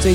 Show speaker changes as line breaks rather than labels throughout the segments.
最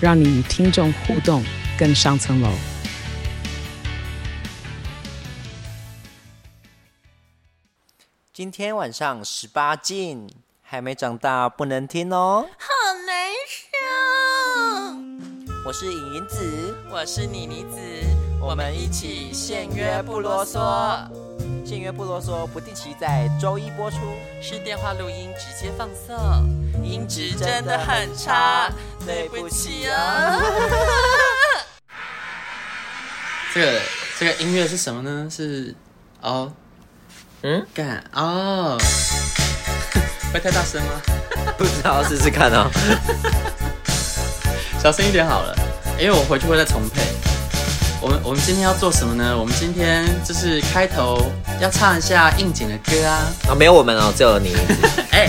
让你与听众互动更上层楼。
今天晚上十八禁，还没长大不能听哦。
好难受。
我是尹云子，
我是妮妮子，
我们一起限约不啰嗦。限约不啰嗦，不定期在周一播出。
是电话录音直接放送，音质真的很差，对不起哦。
这个这个音乐是什么呢？是哦，
嗯，
干哦， 会太大声吗？
不知道试试看 哦。
小声一点好了，因为我回去会再重配。我们我们今天要做什么呢？我们今天就是开头要唱一下应景的歌啊。
啊，没有我们哦，只有你。
哎、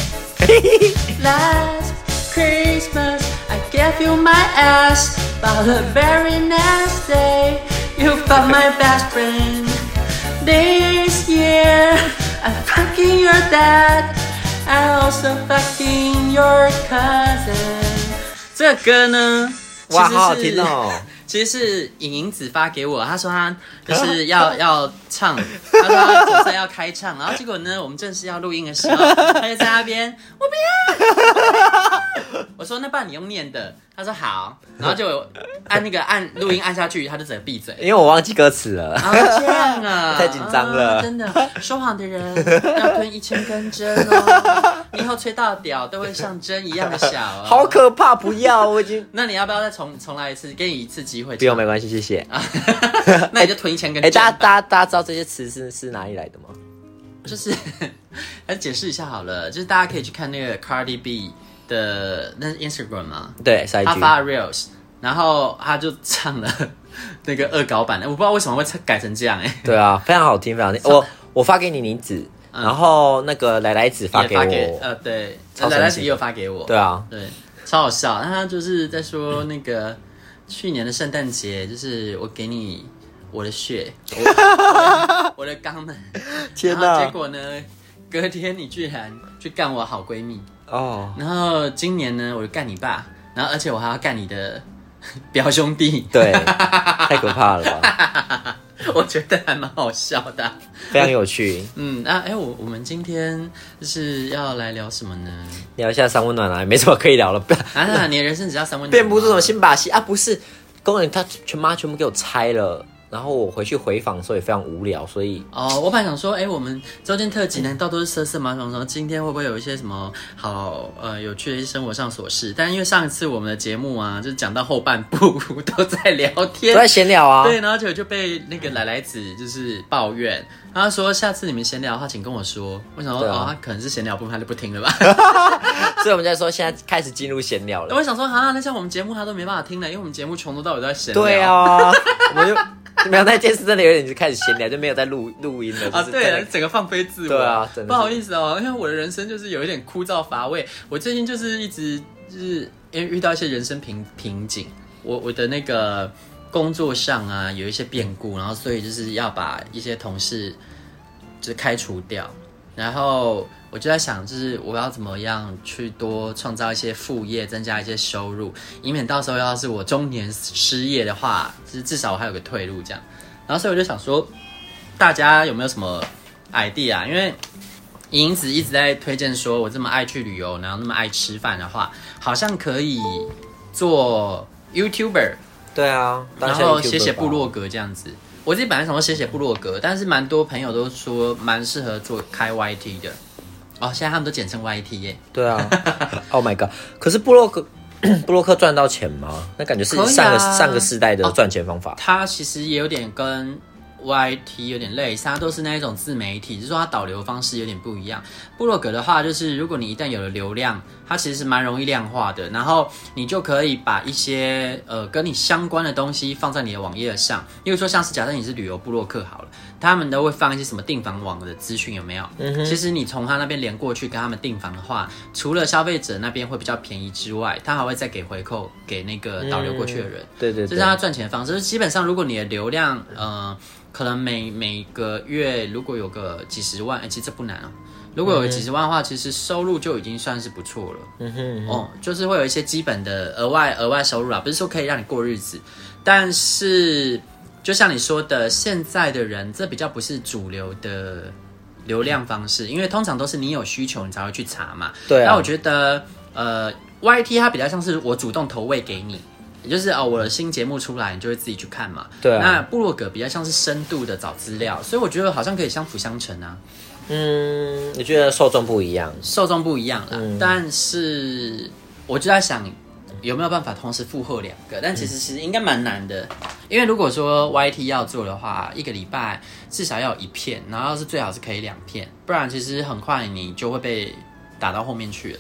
Last Christmas I gave you my ass, but the very next day you found my best friend. This year I'm fucking your dad, I'm also fucking your cousin.
这个歌呢，
哇，
其实是
好好听哦。
其实是尹莹子发给我，她说她 就是要要唱，她说她总算要开唱，然后结果呢，我们正式要录音的 时候，她就在那边，我不要，我不要 我说那不然你用念的，她说好，然后就按那个按录音按下去，她就整个闭嘴。
因为我忘记歌词了。
啊，这样啊，
太紧张了
啊真的，说谎的人要吞一千根针 哦，你以后吹到屌都会像针一样的小、哦。
好可怕！不要，我已经
那你要不要再重重来一次？给你一次机会。
不用，没关系，谢谢。
啊， 那你就囤一千根
哎、
针
大家
吧。
大家大家知道这些词是是哪里来的吗？
就是 来解释一下好了，就是大家可以去看那个 Cardi B 的那是 Instagram 嘛，
对，下一
他
句。
发 Reels，然后他就唱了那个恶搞版的，我不知道为什么会改成这样哎、
对啊，非常好听，非常好 听。我我发给你林子，
嗯
然后那个奶奶子发
也
给我。
发给呃对，
超神奇
来来也有发给我，
对啊，
对，超好笑。那他就是在说那个去年的圣诞节，就是我给你我的血，我 我的肛门，
天
然后
哪
啊结！果呢，隔天你居然去干我好闺蜜，
哦，
然后今年呢，我就干你爸，然后而且我还要干你的 表兄弟，
对， 太可怕了 吧，
我觉得还蛮好笑的啊。
非常有趣。
嗯，那、啊、哎，我我们今天就是要来聊什么呢？
聊一下三温暖啊，没什么可以聊了，
啊，你的人生只要三问，
变不出什么新把戏啊！不是，工人他全妈全部给我拆了，然后我回去回访的时候也非常无聊，所以
哦，我本来想说，哎、我们周间特辑难道都是色色吗？什么什么？今天会不会有一些什么好呃有趣的一些生活上琐事？但因为上一次我们的节目啊，就是讲到后半部 都在聊
都
天，
在闲聊啊。
对，然后就就被那个奶奶子就是抱怨，她说下次你们闲聊的话，请跟我说。我想说，
对啊
哦，她可能是闲聊部分，她就不听了吧。
所以我们在说现在开始进入闲聊了。
我想说，啊，那像我们节目她都没办法听了，因为我们节目从头到尾都在闲聊。
对， 啊，我们就没有那件事真的有点就开始闲聊，就没有在录录音了。
啊，
就是
对
真
了，
的
整个放飞自我。
对啊真的是
不好意思哦，因为我的人生就是有一点枯燥乏味。我最近就是一直就是因为遇到一些人生瓶瓶颈，我我的那个工作上啊有一些变故，然后所以就是要把一些同事就是开除掉。然后我就在想，就是我要怎么样去多创造一些副业，增加一些收入，以免到时候要是我中年失业的话，就是至少我还有个退路这样。然后所以我就想说，大家有没有什么 idea？因为银子一直在推荐说，我这么爱去旅游，然后那么爱吃饭的话，好像可以做 YouTuber，
对啊，当
然
下
后
YouTuber
写写部落
吧，
格这样子。我自己本来想说写写部落格，但是蛮多朋友都说蛮适合做开 YT 的。哦，现在他们都简称 YT 耶、
对啊。Oh my god！可是部落 格部落客赚到钱吗？那感觉是
可以啊
上个、上个世代的
哦
赚钱方法。
它其实也有点跟 YT 有点类似，它都是那一种自媒体，只是说它导流方式有点不一样。部落格的话，就是如果你一旦有了流量，它其实蛮容易量化的，然后你就可以把一些呃跟你相关的东西放在你的网页上，例如说像是假设你是旅游部落客好了，他们都会放一些什么订房网的资讯有没有？其实你从他那边连过去跟他们订房的话，除了消费者那边会比较便宜之外，他还会再给回扣给那个导流过去的人。
对对
这
对，
是他赚钱的方式。就是基本上，如果你的流量，呃，可能每每个月如果有个几十万，哎、其实这不难啊。如果有几十万的话，其实收入就已经算是不错了。嗯哼哦，就是会有一些基本的额外额外收入啦，不是说可以让你过日子，但是就像你说的，现在的人这比较不是主流的流量方式，因为通常都是你有需求你才会去查嘛。
对啊
那我觉得，呃，YT 它比较像是我主动投喂给你，也就是哦，我的新节目出来，你就会自己去看嘛。
对啊
那部落格比较像是深度的找资料，所以我觉得好像可以相辅相成啊，
嗯，我觉得受众不一样，
受众不一样啦。
嗯
但是我就在想，有没有办法同时负荷两个？但其实其实应该蛮难的，因为如果说 YT 要做的话，一个礼拜至少要有一片，然后是最好是可以两片，不然其实很快你就会被打到后面去了。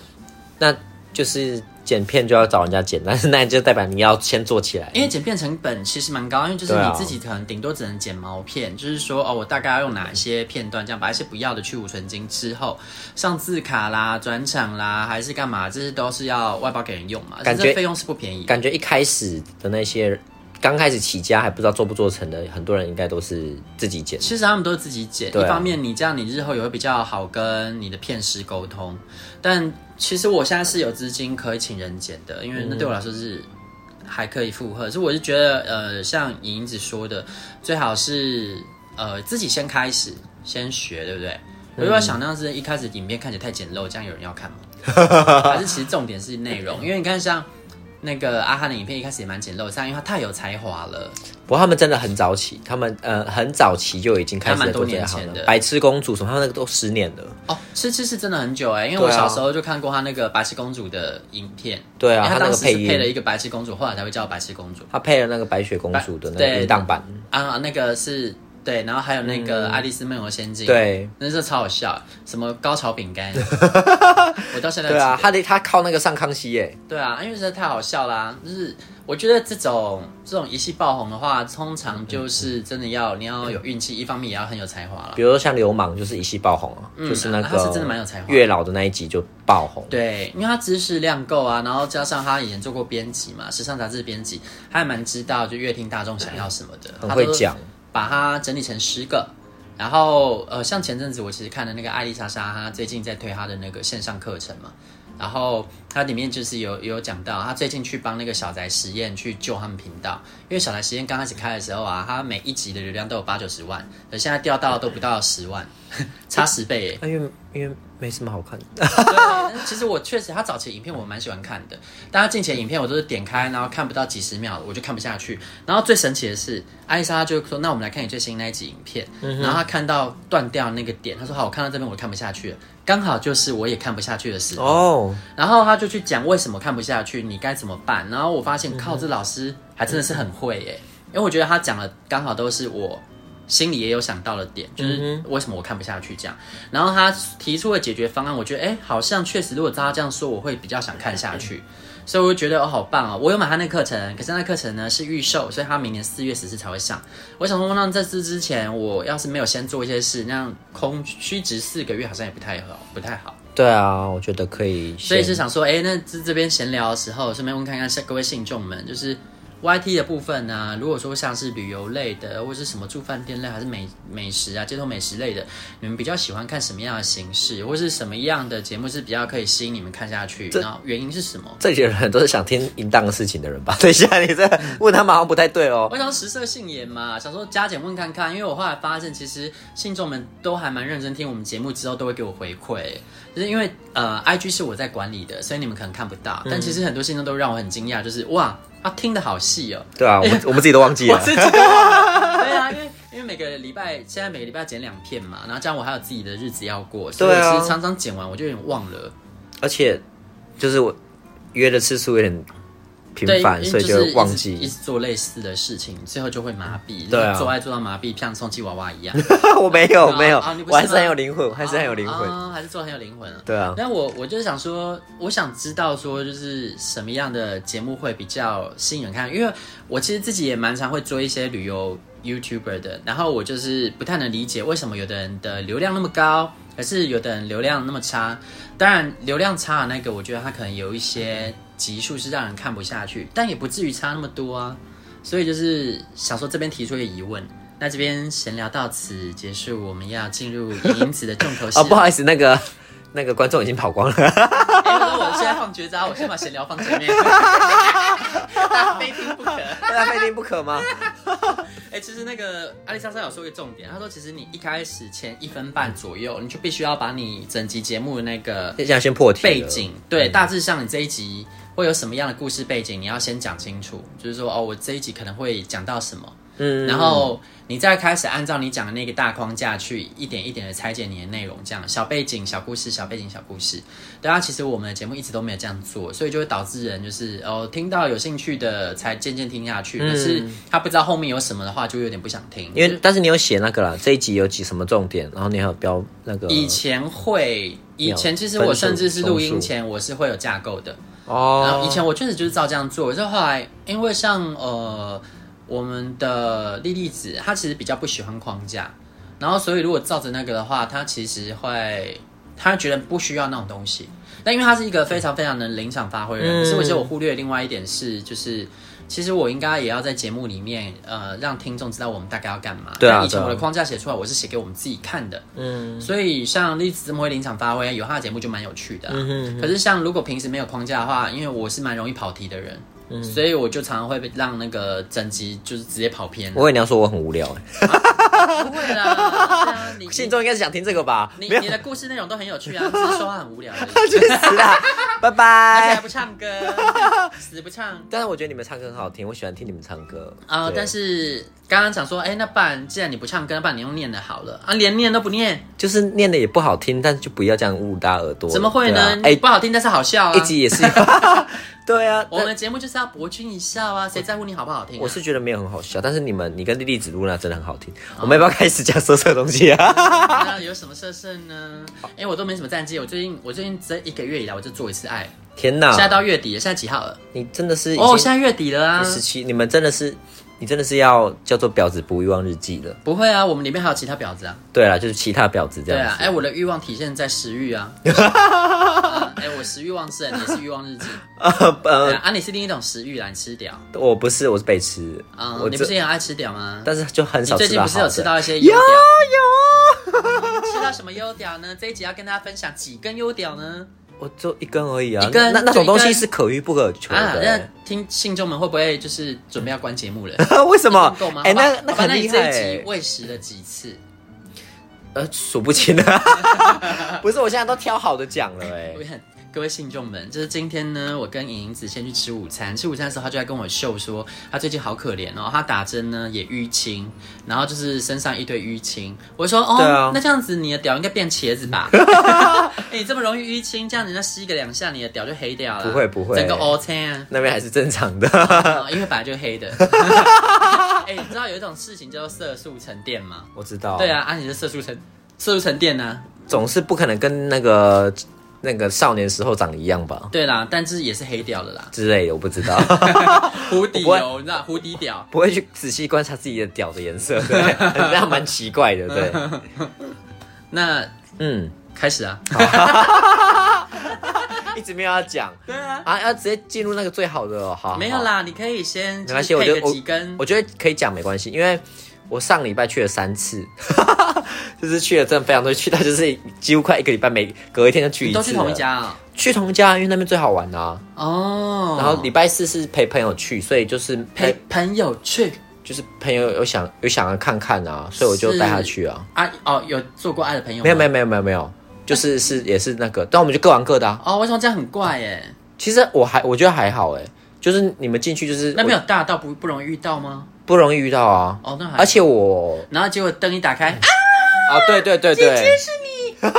那就是剪片就要找人家剪， 但是那就代表你要先做起来。
因为剪片成本其实蛮高，因为就是
对啊
你自己可能顶多只能剪毛片，就是说哦，我大概要用哪些片段，这样把一些不要的去无存精之后，上字卡啦、转场啦，还是干嘛，这些都是要外包给人用嘛，
感觉
这费用是不便宜的。
感觉一开始的那些刚开始起家还不知道做不做成的，很多人应该都是自己剪。
其实他们都是自己剪，
对啊
一方面你这样你日后也会比较好跟你的片师沟通，但其实我现在是有资金可以请人剪的，因为
嗯
那对我来说是还可以负荷。所以我是觉得，呃，像莹子说的，最好是呃自己先开始，先学，对不
嗯
对？我就要想那样子，一开始影片看起来太简陋，这样有人 要看吗？还是其实重点是内容？因为你看像那个阿汉的影片一开始也蛮简陋的，但因为他太有才华了。
不过他们真的很早起，他们呃很早期就已经开始在做这一
还蛮多
行
年前
了。
的
白痴公主什么，他们那个都十年了。
哦，吃吃是真的很久哎、因为
对啊
我小时候就看过她那个白痴公主的影片，
对啊
因为她
她那个
当时是
配音
配了一个白痴公主，后来才会叫白痴公主
他配了那个白雪公主的那
白
个
对
音档版，
啊，那个是对，然后还有那个《爱丽丝梦游仙境》，
嗯对，
那时候超好笑，什么高潮 饼干，我到现在
对啊，
还记
他的他靠那个上康熙耶，
得对啊，因为实在太好笑啦、就是我觉得这种这种一夕爆红的话，通常
嗯
就是真的要你要有运气，一方面也要很有才华了
比。如说像流氓就是一夕爆红啊，就是那
嗯他
个
是真的蛮有才华的
月老的那一集就爆红，
对，因为他知识量够啊，然后加上他以前做过编辑嘛，时尚杂志编辑，他还蛮知道就乐听大众想要什么的，
很
他
会
都
讲，
把它整理成十个。然后呃，像前阵子我其实看的那个艾丽莎莎，她最近在推她的那个线上课程嘛，然后它里面就是有有讲到，她最近去帮那个小宅实验去救他们频道，因为小宅实验刚开始开的时候啊，它每一集的流量都有八九十万，而现在掉到都不到十万， 差十倍耶。
啊因为因为没什么好看的。
对其实我确实，他早期的影片我蛮喜欢看的，但他近期的影片我都是点开，然后看不到几十秒，我就看不下去。然后最神奇的是，艾丽莎她就说：“那我们来看你最新那一集影片。然后她看到断掉那个点，她说：“好，我看到这边我看不下去了。”刚好就是我也看不下去的时候。
哦，
然后他就去讲为什么看不下去，你该怎么办。然后我发现，靠，这老师还真的是很会耶，因为我觉得他讲的刚好都是我心里也有想到的点，就是为什么我看不下去这样。然后他提出的解决方案，我觉得哎，好像确实，如果照他这样说，我会比较想看下去。所以我就觉得哦，好棒哦！我有买他那课程，可是那课程呢是预售，所以他明年四月十四才会上。我想说，那在这之前，我要是没有先做一些事，那样空虚值四个月好像也不太好，不太好。
对啊，我觉得可以先，
所以是想说，哎、那这这边闲聊的时候，顺便问看看下各位信众们，就是 YT 的部分呢、啊如果说像是旅游类的，或是什么住饭店类，还是美美食啊、街头美食类的，你们比较喜欢看什么样的形式，或是什么样的节目是比较可以吸引你们看下去？然后原因是什么？
这些人都是想听淫荡的事情的人吧？ 等一下，你这问他们好像不太对哦
我。想食色性也嘛，想说加减问看看，因为我后来发现，其实信众们都还蛮认真听我们节目，之后都会给我回馈，就是因为呃，IG 是我在管理的，所以你们可能看不到，但其实很多信众都让我很惊讶，就是哇，他听的好细哦、
对啊，我 们我们自己都忘记
我
了。
自己都忘 了对啊，因为因为每个礼拜现在每个礼拜剪两片嘛，然后这样我还有自己的日子要过，所以
对啊
我其实常常剪完我就有点忘了。
而且就是我约的次数有点频
对，
繁，
因
所
为
以
就是一
就
直
忘
一
记。
直做类似的事情，最后就会麻痹，
对啊
做爱做到麻痹，像充气娃娃一样，
我没有
啊
没有
啊你，不
我还
是
是很
吗
有灵魂，我还是很有灵魂。
啊，还是做得很有灵魂啊。
对啊，
那我我就是想说，我想知道说，就是什么样的节目会比较吸引人看？因为我其实自己也蛮常会追一些旅游 YouTuber 的，然后我就是不太能理解为什么有的人的流量那么高，可是有的人流量那么差。当然，流量差的那个，我觉得他可能有一些集数是让人看不下去，但也不至于差那么多啊。所以就是想说这边提出一个疑问。那这边闲聊到此结束，我们要进入银子的重头 戏
啊，
了。
不好意思，那个那个观众已经跑光了。
哎那我现在放绝招，我先把闲聊放前面，大家非听不可。哎、
那非听不可吗？
其实那个阿丽莎莎有说一个重点，她说其实你一开始前一分半左右，你就必须要把你整集节目的那个
现在先破题了
背景，对，大致上你这一集会有什么样的故事背景，你要先讲清楚，就是说哦，我这一集可能会讲到什么，
嗯
然后你再开始按照你讲的那个大框架去一点一点的拆解你的内容，这样小背景、小故事、小背景、小故事。对啊，其实我们的节目一直都没有这样做，所以就会导致人就是哦，听到有兴趣的才渐渐听下去，可是他不知道后面有什么的话，就会有点不想听。
嗯因为但是你有写那个啦，这一集有几什么重点，然后你还有标那个
以前会，以前其实
分
我
数
甚至是
分
录
数
音前我是会有架构的，然
哦
后以前我确实就是照这样做，可是后来因为像呃我们的莉莉子，她其实比较不喜欢框架，然后所以如果照着那个的话，她其实会她觉得不需要那种东西。但因为她是一个非常非常能临场发挥的
嗯
人，可是我觉得我忽略另外一点是，就是其实我应该也要在节目里面呃让听众知道我们大概要干嘛。
对啊
但以前
对啊
我的框架写出来，我是写给我们自己看的。
嗯
所以像栗子这么会临场发挥，有他的节目就蛮有趣的啊、
嗯哼嗯哼
可是像如果平时没有框架的话，因为我是蛮容易跑题的人，
嗯
所以我就常常会被让那个整集就是直接跑偏。
我以为你要说我很无聊哎、
不会啦，对啊你
信众应该是想听这个吧？
你
没有
你，的故事内容都很有趣 啊，只是说话很无聊而已，
确实啦， 拜
而且还
拜
不。唱歌， 死不唱。
但是我觉得你们唱歌很好听，我喜欢听你们唱歌
啊、
对
但是刚刚讲说，哎、那不然既然你不唱歌，那不然你用念的好了啊，连念都不念，
就是念的也不好听，但是就不要这样捂大耳朵。
怎么会
对啊
呢？
哎、
哎、不好听，但是好笑啊。
一集也 是，对啊，
我们的节目就是要博君一笑啊，谁在乎你好不好听、啊？
我是觉得没有很好笑，但是你们，你跟莉莉子露娜真的很好听。我们要不要开始讲色色东西啊？
那有什么色色呢？哎、我都没什么战绩。我最近我最近这一个月以来，我就做一次爱。
天
现在
哪，
到月底了，现在几号了？
你真的啊是已
哦，现
经
在月底了啊！
十七、你们真的是，你真的是要叫做婊子不欲望日记了。
不会啊，我们里面还有其他婊子啊。
对啦，就是其他婊子这
对
样
啊
子，。
哎、我的欲望体现在食 欲啊。啊哎、我食欲旺盛，你是欲望 日记。
呃
对
呃，
啊，啊你是另一种食欲啦，你吃屌
我不是，我是被吃。
啊、
我
你
这
不是也很爱吃屌吗？
但是就很
你
少
最
吃
近
到
不是有
好
吃
的。
到一些优
有
屌？
有，
吃到什么优屌呢？这一集要跟大家分享几根优屌呢？
我就一根而已啊。
一根
那那
就
种
一根
东西是可遇不可求
啊，那
的。欸
听信众们会不会就是准备要关节目了？
为什么
够吗？？
哎，
好吧
那
好吧
很
那你
厉
这
害
一集
欸。
喂食了几次？
呃，数不清啊。 不是，我现在都挑好的讲了哎
我。看各位信众们，就是今天呢，我跟莹莹子先去吃午餐，吃午餐的时候，她就在跟我秀说，她最近好可怜哦，她打针呢也淤青，然后就是身上一堆淤青。我说哦，
对啊
那这样子你的屌应该变茄 子吧？哎、你这么容易淤青，这样子那吸个两下，你的屌就黑掉了。
不会不会
整个 O 青啊。
那边还是正常 的。
哦因为本来就黑的。 哎、你知道有一种事情叫做色素沉淀吗？
我知道。
对啊，，啊，你的色素沉色素沉淀呢、
总是不可能跟那个那个少年时候长一样吧
对啦，但是也是黑掉的啦，
之类的，我不知 道，
湖
我
底
不会
油，你知道湖底屌。
不会去仔细观察自己的屌的颜色， 对，这样蛮奇怪的，对，
那
嗯，
开始啊，
一直没有要讲
对啊，
啊，要直接进入那个最好的哦，好，好
没有，啦，你可以先
没关系，
就
我
是
觉
配
得
个
我
几根
我觉得可以讲没关系，因为我上礼拜去了三次， 就是去了真的非常多，去到就是几乎快一个礼拜每隔一天就去一
你
次，
都去同一，家啊、
去同一家，因为那边最好玩啊，
哦，
然后礼哎拜四是陪朋友去，所以就是
陪朋友去
就是朋友有想有想要看看啊，所以我就带他去啊。
啊，哦，有做过爱的朋友吗
没有没有没有没有没有，就是是也是那个，但我们就各玩各的啊。
哦，为什么这样很怪哎？
其实我还我觉得还好哎、就是你们进去就是
那边有大到不不容易遇到吗？
不容易遇到啊。
哦，那还
而且我
然后结果灯一打开，
啊，对对对对，
好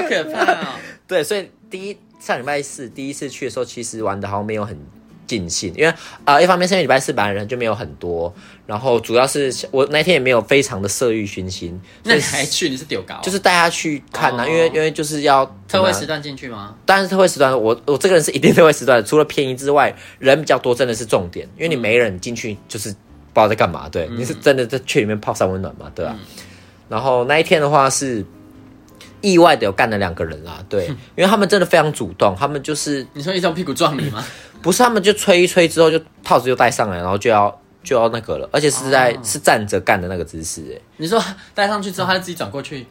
可怕哦！
对，所以第一上礼拜四第一次去的时候，其实玩的好像没有很尽兴，因为啊、呃一方面是因为礼拜四本来人就没有很多，然后主要是我那天也没有非常的色欲熏心，
那你还去？你是丢高？
就是带他去看呐、
哦
因为因为就是要
特惠时
段，
段进去吗？
但是特惠时段，我我这个人是一定特惠时段的，除了便宜之外，人比较多真的是重点，因为你没人进去就是不知道在干嘛，对，你是真的在去里面泡三温暖嘛，对吧、然后那一天的话是意外的有干了两个人啦，对，因为他们真的非常主动，他们就是
你说一直用屁股撞你吗？
不是他们就吹一吹之后就套子就戴上来，然后就要就要那个了，而且是在、是站着干的那个姿势、欸，
你说戴上去之后，他就自己转过去，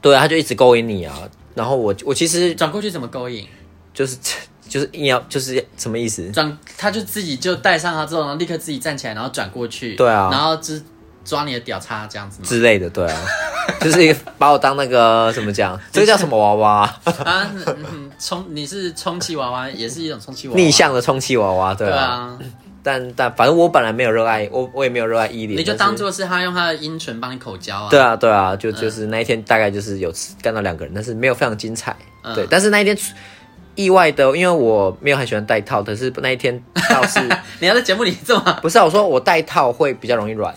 对，他就一直勾引你啊。然后我我其实
转过去怎么勾引？
就是 就是硬要就是什么意思？
转，他就自己就戴上它之后，然后立刻自己站起来，然后转过去。
对啊
然后只抓你的屌叉这样子吗？
之类的，对啊， 就是一个把我当那个怎么讲，这个叫什么娃娃？
啊，嗯嗯充你是充气娃娃，也是一种充气娃娃。
逆向的充气娃娃，对
对
啊。
啊，
但但反正我本来没有热爱，我我也没有热爱伊莲，
你
但
就
是
当做是他用他的阴唇帮你口交啊。
对啊，对啊，就就是那一天大概就是有干到两个人，但是没有非常精彩。
嗯
对，但是那一天意外的，因为我没有很喜欢戴套，可是那一天倒 是
你要在节目里这么，
不是、啊、我说我戴套会比较容易 软，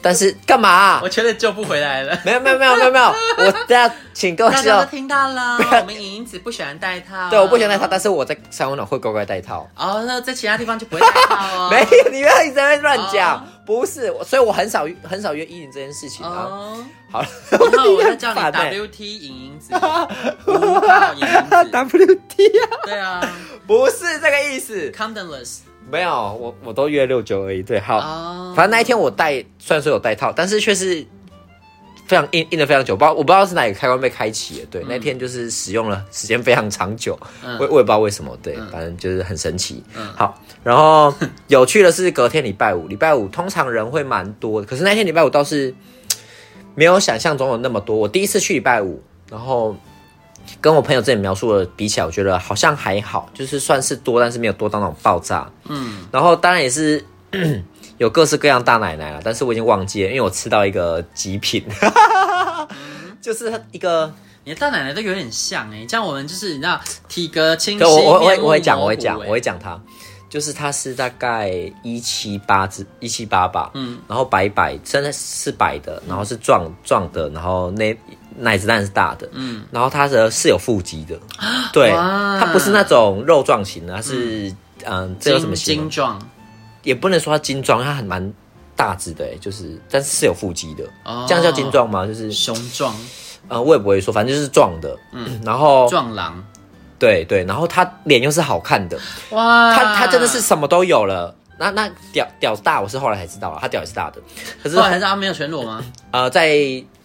但是干嘛啊、
我觉得救不回来了。
没有没有没有没有没有，我大家请各位
大
知
家
道
都，听 到了，
不要
我们莹莹子不喜欢戴套。
啊对，我不喜欢戴套，。但是我在三温暖会乖乖戴套。
哦，那在其他地方就不会戴套 哦。
没有，你不要一直在那边乱讲
哦
不是，我所以我很少很少约伊林这件事情啊。
哦，
好了，
以后我 再叫你
很烦欸
WT 莹莹子，无套 莹莹子，
WT 啊，
对啊
不是这个意思。
，condomless
没有，我我都约六九而已。对，好，
哦
反正那一天我戴，虽然说有戴套，但是却是非常硬硬了非常久，不知道我不知道是哪个开关被开启了。对，那天就是使用了时间非常长久，
嗯
我我也不知道为什么，对，
嗯
反正就是很神奇。
嗯
好，然后有趣的是隔天礼拜五，礼拜五通常人会蛮多的，可是那天礼拜五倒是没有想象中有那么多。我第一次去礼拜五，然后。跟我朋友之前描述的比起来，我觉得好像还好，就是算是多，但是没有多到那种爆炸。嗯，然后当然也是有各式各样大奶奶了，但是我已经忘记了，因为我吃到一个极品， 就是一个，
你的大奶奶都有点像哎、欸，像我们就是你知道体格清晰，
可我我我
面
会
目
我会讲我
模糊
会讲
欸
我会讲它，就是它是大概一七八之一七八吧，嗯，然后白白真的是白的，然后是壮壮的，然后那奶子蛋是大的，嗯，然后它的是有腹肌的，对，
哇
它不是那种肉状型的，它是嗯，这有什么
精
形容
精壮
也不能说它精壮，它很蛮大只的、欸，就是但是是有腹肌的，
哦
这样叫精壮吗？就是
雄壮
呃，我也不会说，反正就是壮的，嗯，然后
壮狼
对对，然后他脸又是好看的，
哇，
他他真的是什么都有了。那那屌屌大，我是后来才知道了，他屌也是大的，可是
后来还是他没有全裸 吗？
呃，在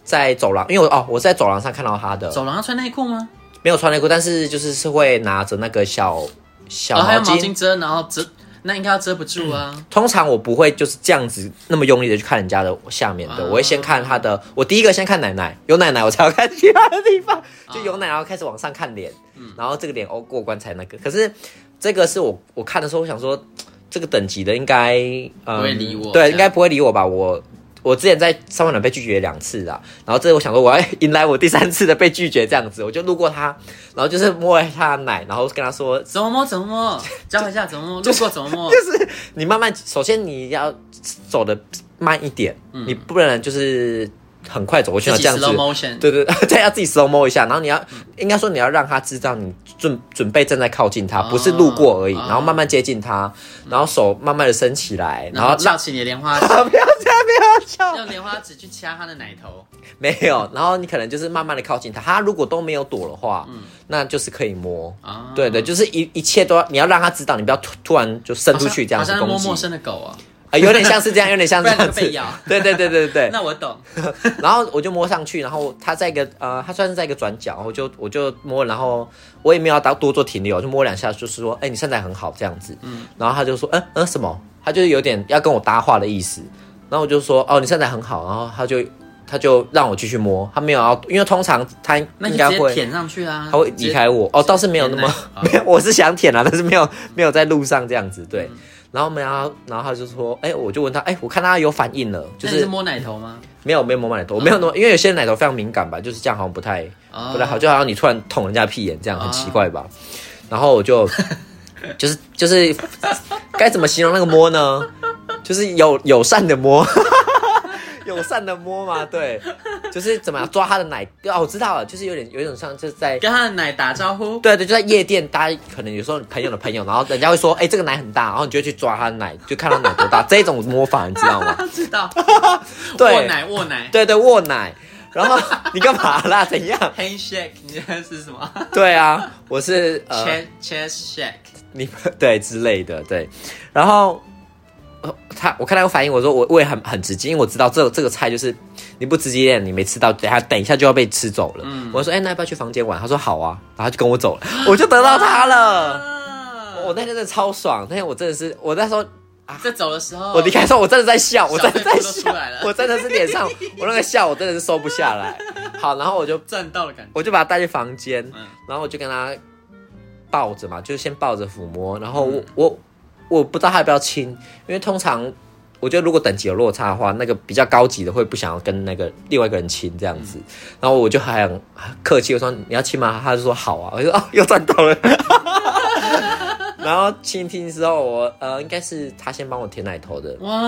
在走廊，因为我哦，我是在走廊上看到他的，
走廊上穿内裤吗？
没有穿内裤，但是就是是会拿着那个小小
哦，还有
毛
毛
巾嗯
巾遮，然后遮，那应该要遮不住啊。
通常我不会就是这样子那么用力的去看人家的下面的，
啊
我会先看他的，我第一个先看奶奶，有奶奶我才要看其他的地 方，
啊
就有奶奶然后开始往上看脸，
嗯
然后这个脸哦过关才那个。可是这个是我我看的时候，我想说这个等级的应该、嗯、
不会理我这
对，
样
应该不会理我吧？我我之前在三温暖被拒绝两次啊，然后这我想说我要迎来我第三次的被拒绝这样子，我就路过他，然后就是摸了他的奶，然后跟他说
怎么摸？怎么摸？教我一下怎么 摸，路过怎么摸？
就是你慢慢，首先你要走的慢一点，你不能就是很快走过去，
嗯自
那
己
这样子
slow。motion，
对对， 对对，要自己 slow mo 一下，然后你要，应该说你要让他知道你准准备正在靠近他，不是路过而已，
哦
然后慢慢接近他，然后手慢慢的伸起来，然
然
后
后
让
翘起你的莲花指，
不要这样，不要笑，
用莲花指去掐他的奶头。
没有，然后你可能就是慢慢的靠近他，他如果都没有躲的话，那就是可以摸，
嗯啊
对对，就是一一切都要，你要让他知道，你不要突突然就伸
好
出
像
去这样
好
子
像在
攻
摸
击，
陌生的狗啊。
啊，有点像是这样，有点 像是这样
不然你会
子
被咬。
对对对对 对对。
那我懂，
然后我就摸上去，然后它在一个呃，它算是在一个转角，我就我就摸，然后我也没有要到多做停留，我就摸两下，就是说，哎、你身材很好这样子。嗯。然后他就说，嗯嗯什么？他就是有点要跟我搭话的意思。然后我就说，哦，你身材很好。然后他就他就让我继续摸，他没有要，因为通常他应
那你就
该
直接
会
舔上去啊。
他会
直接
离开我哦，倒是没有那么
直接舔奶嗯
没有，我是想舔啊，但是没有没有在路上这样子，对。然后我们然后然后他就说，哎、我就问他，哎、我看他有反应了，就
那你
是
是摸奶头吗？
没有没有摸奶头，我没有那么，因为有些人奶头非常敏感吧，就是这样好像不太
哦
不太好，就好像你突然捅人家屁眼这样，很奇怪吧？然后我就 就是就是该怎么形容那个摸呢？就是友友善的摸， 友善的摸嘛，对，就是怎么样抓他的奶哦，我知道了，就是有点有一种像就是在
跟他的奶打招呼，
对对，就在夜店，大家可能有时候朋友的朋友，然后人家会说，哎、这个奶很大，然后你就会去抓他的奶，就看他奶多大， 这种摸法你知道吗？
他 知道
对
握奶握奶
对对，握奶。然后你干嘛啦？怎样？
，handshake，你那是什么
对啊，我是呃，
？chest chest shake，
你对之类的，对。然后、呃、他，我看他有反应，我说我我也很很直接，因为我知道这这个菜就是你不直接点，你没吃到，等下等一下就要被吃走了。我说哎、那要不要去房间玩？他说好啊，然后就跟我走了，我就得到他了。呃我
我
那天真的超爽，那天我真的是，我那时候
啊在走的时候，
我离开的时候，我真的在笑，我真的在
笑
笑
出来了，
我真的是脸上，我那个笑，我真的是收不下来。好，然后我就
赚到了感觉。
我就把他带去房间，
嗯
然后我就跟他抱着嘛，就是先抱着抚摸，然后我、我我不知道他要不要亲，因为通常我觉得如果等级有落差的话，那个比较高级的会不想要跟那个另外一个人亲这样子，然后我就还很客气，我说你要亲吗？他就说好啊，我就说哦又赚到了。 然后亲一亲之后，我呃应该是他先帮我舔奶头
嗯
的，
哇！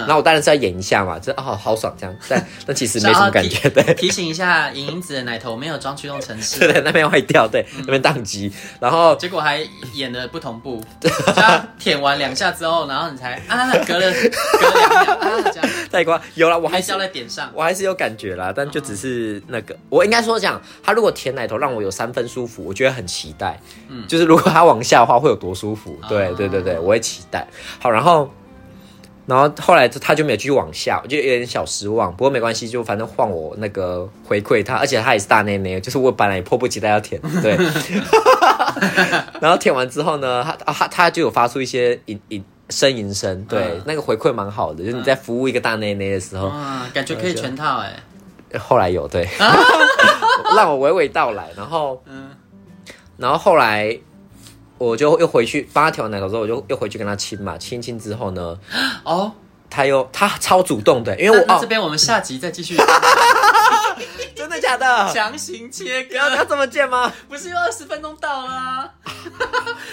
然后我当然是要演一下嘛，就是哦好爽这样，但但其实没什么感觉，对。
提醒一下，莹莹子的奶头没有装驱动 程
对
式，
对，那边坏掉，对，那边宕机，然后
结果还演的不 同步，就要舔完两下之后，然后你才啊，隔了隔了两秒啊，这样
再刮有了，我还
还
是
是要在点上。
我还是有感觉啦，但就只是那个，我应该说讲，他如果舔奶头让我有三分舒服，我觉得很期待，嗯，就是如果他往下的话会有多舒服，对
哦
对对对，我会期待。好，然后。然后后来他就没有继续往下，我就有点小失望。不过没关系，就反正换我那个回馈他，而且他也是大内内，就是我本来也迫不及待要舔，对。 然后舔完之后呢，他啊他他就有发出一些吟吟呻吟声，对，
嗯
那个回馈蛮好的，就是你在服务一个大内内的时候，
哇，感觉可以全套哎，
后来有对， 让我娓娓道来，然后，
啊嗯
然后后来我就又回去帮他调完奶头之后，我就又回去跟他亲嘛，亲亲之后呢，
哦。
他又他超主动的，因为
那
我
那
哦
这，边我们下集再 继续
真的假的？
强行切
要要
割，
这么贱吗？
不是又二十分钟到了啊？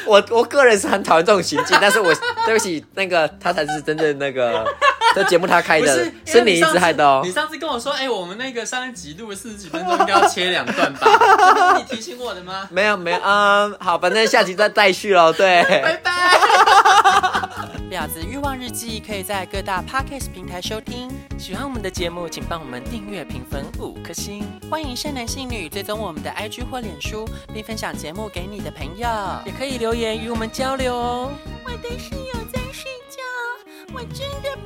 我我个人是很讨厌这种行 径，但是我对不起，那个他才是真正那个这节目他开
不
的
是，，
是
因为
你一直
上次
害的哦
你。上次跟我说，哎、我们那个上一集录了四十几分钟，应该要切两段吧？这不是你提醒我的吗？
没有没有，嗯，好，反正下集再再续喽， 对，
拜拜。婊子欲望日记可以在各大 podcast 平台收听。喜欢我们的节目，请帮我们订阅、评分五颗星。欢迎善男信女追踪我们的 IG 或脸书，并分享节目给你的朋友，也可以留言与我们交流哦。
我的室友在睡觉，我真的
嗯